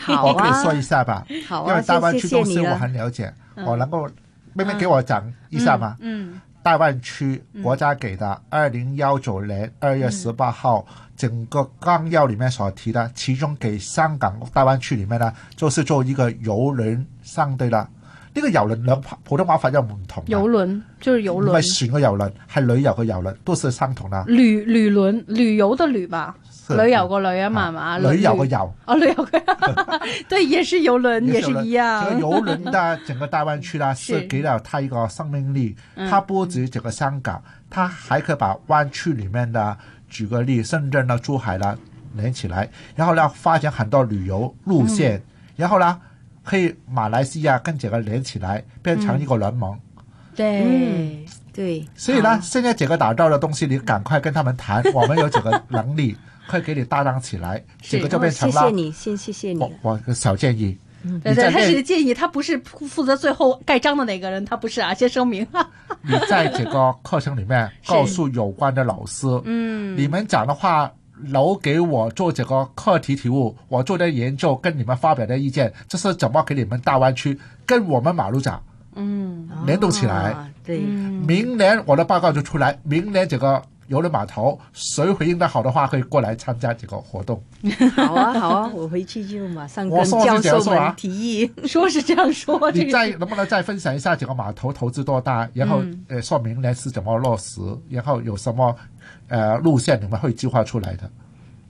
Speaker 3: 好
Speaker 2: 我可以
Speaker 3: 啊，
Speaker 2: 说一下吧，
Speaker 3: 好
Speaker 2: 因
Speaker 3: 啊，
Speaker 2: 为大湾
Speaker 3: 谢
Speaker 2: 区
Speaker 3: 谢
Speaker 2: 公
Speaker 3: 你
Speaker 2: 司我
Speaker 3: 了。嗯
Speaker 2: 很了解，我能够妹妹给我讲一下吗？
Speaker 1: 嗯
Speaker 2: 大湾区
Speaker 3: 嗯
Speaker 2: 国家给的二零幺九年二月十八号
Speaker 3: 嗯
Speaker 2: 整个纲要里面所提的，其中给香港大湾区里面呢，就是做一个游轮相對啦。呢、個遊輪兩普通話發音唔同啊，
Speaker 1: 游轮就是游
Speaker 2: 唔
Speaker 1: 轮，
Speaker 2: 係船嘅遊輪，係旅遊嘅遊輪，都是相同啦。
Speaker 1: 旅旅轮旅游的旅吧，
Speaker 2: 是
Speaker 1: 旅游个旅啊嘛嘛，
Speaker 2: 啊旅遊嘅遊。
Speaker 1: 哦，旅游个， 对，也是游轮，也是一
Speaker 2: 这个
Speaker 1: 样，
Speaker 2: 游轮的整个大湾区呢，
Speaker 1: 是
Speaker 2: 是给了它一个生命力。它不止整个香港，它还可以把湾区里面的，举个例，深圳啊呢、珠海呢连起来，然后呢发展很多旅游路线，然后呢可以马来西亚跟这个连起来，变成一个联盟。
Speaker 1: 对，
Speaker 3: 嗯，对。
Speaker 2: 所以呢，现在这个打造的东西，你赶快跟他们谈，我们有这个能力，可以给你搭档起来，这个
Speaker 1: 是
Speaker 2: 就变成
Speaker 3: 哦谢
Speaker 2: 了。
Speaker 3: 谢你，啊先谢谢你
Speaker 2: 我
Speaker 3: 了。
Speaker 2: 哦我个小建议，
Speaker 1: 对
Speaker 2: 你
Speaker 1: 嗯对，
Speaker 2: 在
Speaker 1: 他是
Speaker 2: 练
Speaker 1: 一个建议，他不是负责最后盖章的那个人，他不是啊，先声明哈。
Speaker 2: 你在这个课程里面
Speaker 1: 是
Speaker 2: 告诉有关的老师，
Speaker 1: 嗯，
Speaker 2: 你们讲的话留给我做这个课题题目，我做的研究跟你们发表的意见，这是怎么给你们大湾区跟我们马路讲？
Speaker 1: 嗯
Speaker 2: 联动起来
Speaker 3: 啊对，
Speaker 2: 明年我的报告就出来，明年这个游轮码头谁回应的好的话，可以过来参加这个活动。
Speaker 3: 好啊，好啊，我回去就马上
Speaker 2: 我
Speaker 3: 跟
Speaker 2: 说是
Speaker 3: 教
Speaker 2: 这样
Speaker 3: 授
Speaker 2: 说啊
Speaker 3: 们提议。
Speaker 1: 说是这样说， 这
Speaker 2: 你
Speaker 1: 个
Speaker 2: 再能不能再分享一下这个码头投资多大？然后、
Speaker 1: 嗯
Speaker 2: 呃，说明年是怎么落实，然后有什么呃路线你们会计划出来的？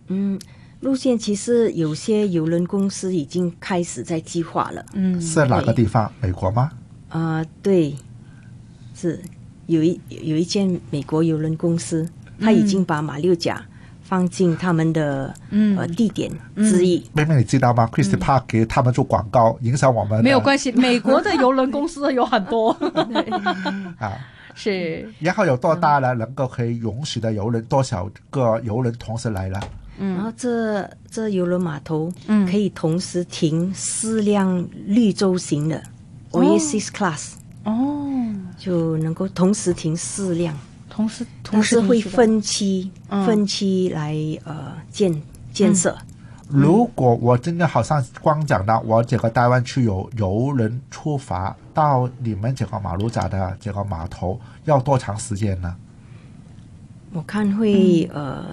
Speaker 3: 嗯，路线其实有些邮轮公司已经开始在计划了。
Speaker 1: 嗯
Speaker 2: 是哪个地
Speaker 3: 对
Speaker 2: 方？美国吗？
Speaker 3: 啊、对，是有一有一间美国邮轮公司，它已经把马六甲放进他们的、呃地点之一。
Speaker 2: 妹妹，你知道吗？Christy Park 给他们做广告，影响我们
Speaker 1: 嗯没有
Speaker 2: 的
Speaker 1: 关系，美国 的邮轮公司有很多，
Speaker 2: 啊。
Speaker 1: 是
Speaker 2: 然后有多大呢？能够可以允许的游轮多少个游轮同时来了？
Speaker 1: 嗯
Speaker 3: 然后这这游轮码头可以同时停四辆绿洲型的 Oasis Class，、
Speaker 1: 哦，
Speaker 3: 就能够同时停四辆，
Speaker 1: 同时同
Speaker 3: 但
Speaker 1: 时
Speaker 3: 是会
Speaker 1: 的，
Speaker 3: 分期、
Speaker 1: 嗯
Speaker 3: 分期来呃建建设。
Speaker 1: 嗯
Speaker 2: 如果我真的好像光讲的，我这个大湾区有游轮出发到你们这个马路甲的这个码头，要多长时间呢？
Speaker 3: 我看会、
Speaker 1: 嗯
Speaker 3: 呃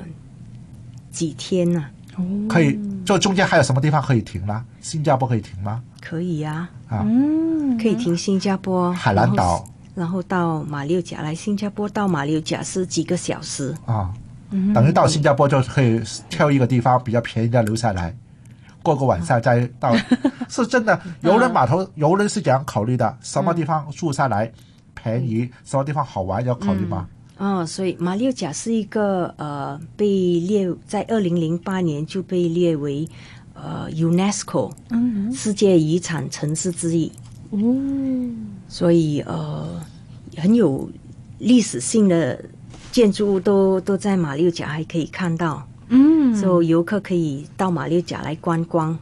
Speaker 3: 几天啊呐、
Speaker 2: 可以，
Speaker 1: 嗯
Speaker 2: 就中间还有什么地方可以停呢？新加坡可以停吗？
Speaker 3: 可以啊，
Speaker 1: 嗯，
Speaker 3: 可以停新加坡、
Speaker 1: 哦
Speaker 2: 海南岛
Speaker 3: 然后，然后到马六甲来。新加坡到马六甲是几个小时？
Speaker 2: 啊，
Speaker 1: 嗯
Speaker 2: 等于到新加坡就可以挑一个地方比较便宜的留下来，过个晚上再 到。是真的，游轮码
Speaker 1: 嗯
Speaker 2: 头游轮是怎样考虑的？什么地方住下来便宜，什么地方好玩要考虑
Speaker 1: 嗯
Speaker 2: 吗？
Speaker 3: 哦，所以马六甲是一个呃被列在二零零八年就被列为呃 UNESCO
Speaker 1: 嗯
Speaker 3: 世界遗产城市之一，所以呃很有历史性的建筑物都都在马六甲还可以看到，
Speaker 1: 嗯
Speaker 3: 所以游客可以到马六甲来观光。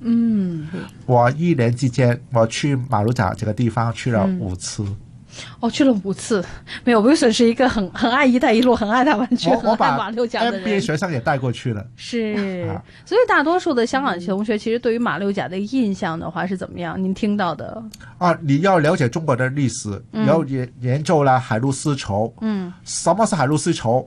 Speaker 1: 嗯，
Speaker 2: 我一年之间我去马六甲这个地方去
Speaker 1: 嗯
Speaker 2: 了五次，
Speaker 1: 哦，去了五次，没有，Wilson 是一个很很爱“一带一路”、很爱台湾区、
Speaker 2: 我
Speaker 1: 很
Speaker 2: 我
Speaker 1: 爱
Speaker 2: 把
Speaker 1: 马六甲的
Speaker 2: MBA
Speaker 1: 人。
Speaker 2: 学生也带过去了。
Speaker 1: 是嗯
Speaker 2: 啊，
Speaker 1: 所以大多数的香港同学其实对于马六甲的印象的话是怎么样？您听到的？
Speaker 2: 啊，你要了解中国的历史，你要研研究啦海陆丝绸。嗯，什么是海陆丝绸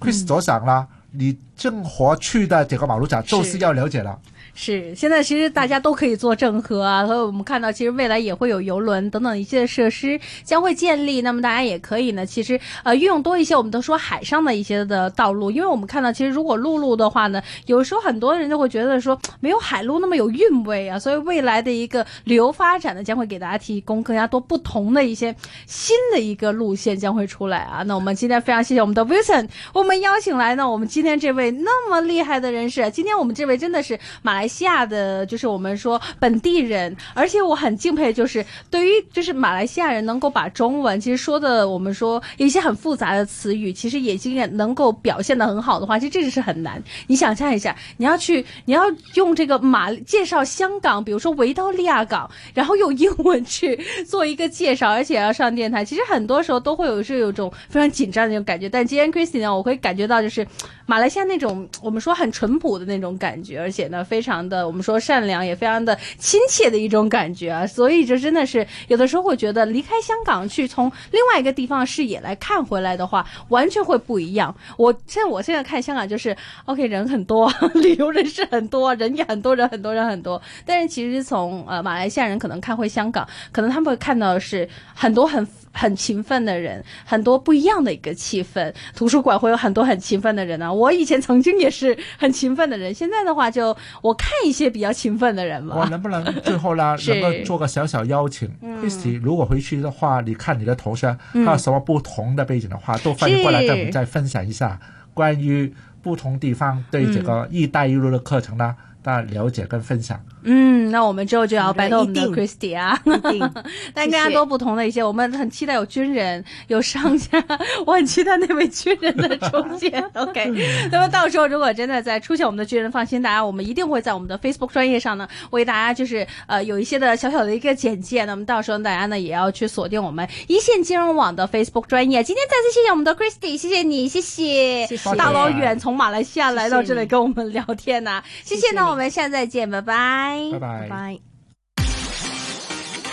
Speaker 2: ？Chris 所讲啦，你郑和去的这个马路甲就是要了解了。
Speaker 1: 是，现在其实大家都可以坐郑和啊，和我们看到，其实未来也会有游轮等等一些设施将会建立。那么大家也可以呢，其实呃运用多一些我们都说海上的一些的道路，因为我们看到，其实如果陆路的话呢，有时候很多人就会觉得说没有海陆那么有韵味啊，所以未来的一个旅游发展呢，将会给大家提供更加多不同的一些新的一个路线将会出来啊。那我们今天非常谢谢我们的 Wilson，我们邀请来呢，我们今天这位那么厉害的人士，今天我们这位真的是马来西亚的，就是我们说本地人，而且我很敬佩，就是对于就是马来西亚人能够把中文其实说的，我们说有一些很复杂的词语，其实也经验能够表现的很好的话，其实这个是很难。你想象一下，你要去你要用这个马介绍香港，比如说维多利亚港，然后用英文去做一个介绍，而且要上电台，其实很多时候都会有是有一种非常紧张的那种感觉。但今天 Christy 呢，我会感觉到就是马来西亚那种我们说很淳朴的那种感觉，而且呢，非常的我们说善良，也非常的亲切的一种感觉啊。所以这真的是有的时候会觉得离开香港去从另外一个地方视野来看回来的话，完全会不一样。我现在我现在看香港就是 OK，人很多， 旅游人士很多，人也很多，人很多，人很多。但是其实从呃马来西亚人可能看回香港，可能他们会看到的是很多很很勤奋的人，很多不一样的一个气氛。图书馆会有很多很勤奋的人啊，我以前曾经也是很勤奋的人，现在的话就我看一些比较勤奋的人
Speaker 2: 我
Speaker 1: 吧。
Speaker 2: 能不能最后 呢，
Speaker 1: 是
Speaker 2: 能够做个小小邀请？Christy，如果回去的话，你看你的头像，还有什么不同的背景的话，都欢迎过来
Speaker 1: 是
Speaker 2: 跟我们再分享一下关于不同地方对这个“一带一路”的课程呢，大家了解跟分享。
Speaker 1: 嗯，那我们之后就要
Speaker 3: 好的
Speaker 1: 拜托我们的
Speaker 3: 一定
Speaker 1: Christy 啊。
Speaker 3: 一定。
Speaker 1: 但更加多不同的一些，我们很期待有军人，有商家， 我很期待那位军人的出 现。OK，那么到时候如果真的再出现我们的军人，放心，大家我们一定会在我们的 Facebook 专业上呢，为大家就是呃有一些的小小的一个简介。那么到时候大家呢也要去锁定我们一线金融网的 Facebook 专业。今天再次谢谢我们的 Christy，谢谢你，谢谢，
Speaker 3: 谢谢
Speaker 1: 大老远从马来西亚来到这里
Speaker 3: 谢谢你
Speaker 1: 跟我们聊天呐、谢
Speaker 3: 谢
Speaker 1: 谢
Speaker 3: 谢
Speaker 1: 呢，
Speaker 3: 你
Speaker 1: 我们下次再见，拜拜，
Speaker 2: 拜嗯拜。
Speaker 3: 拜。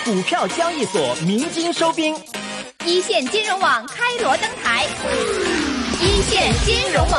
Speaker 4: 股票交易所鸣金收兵，
Speaker 5: 一线金融网开锣登台，一线金融网。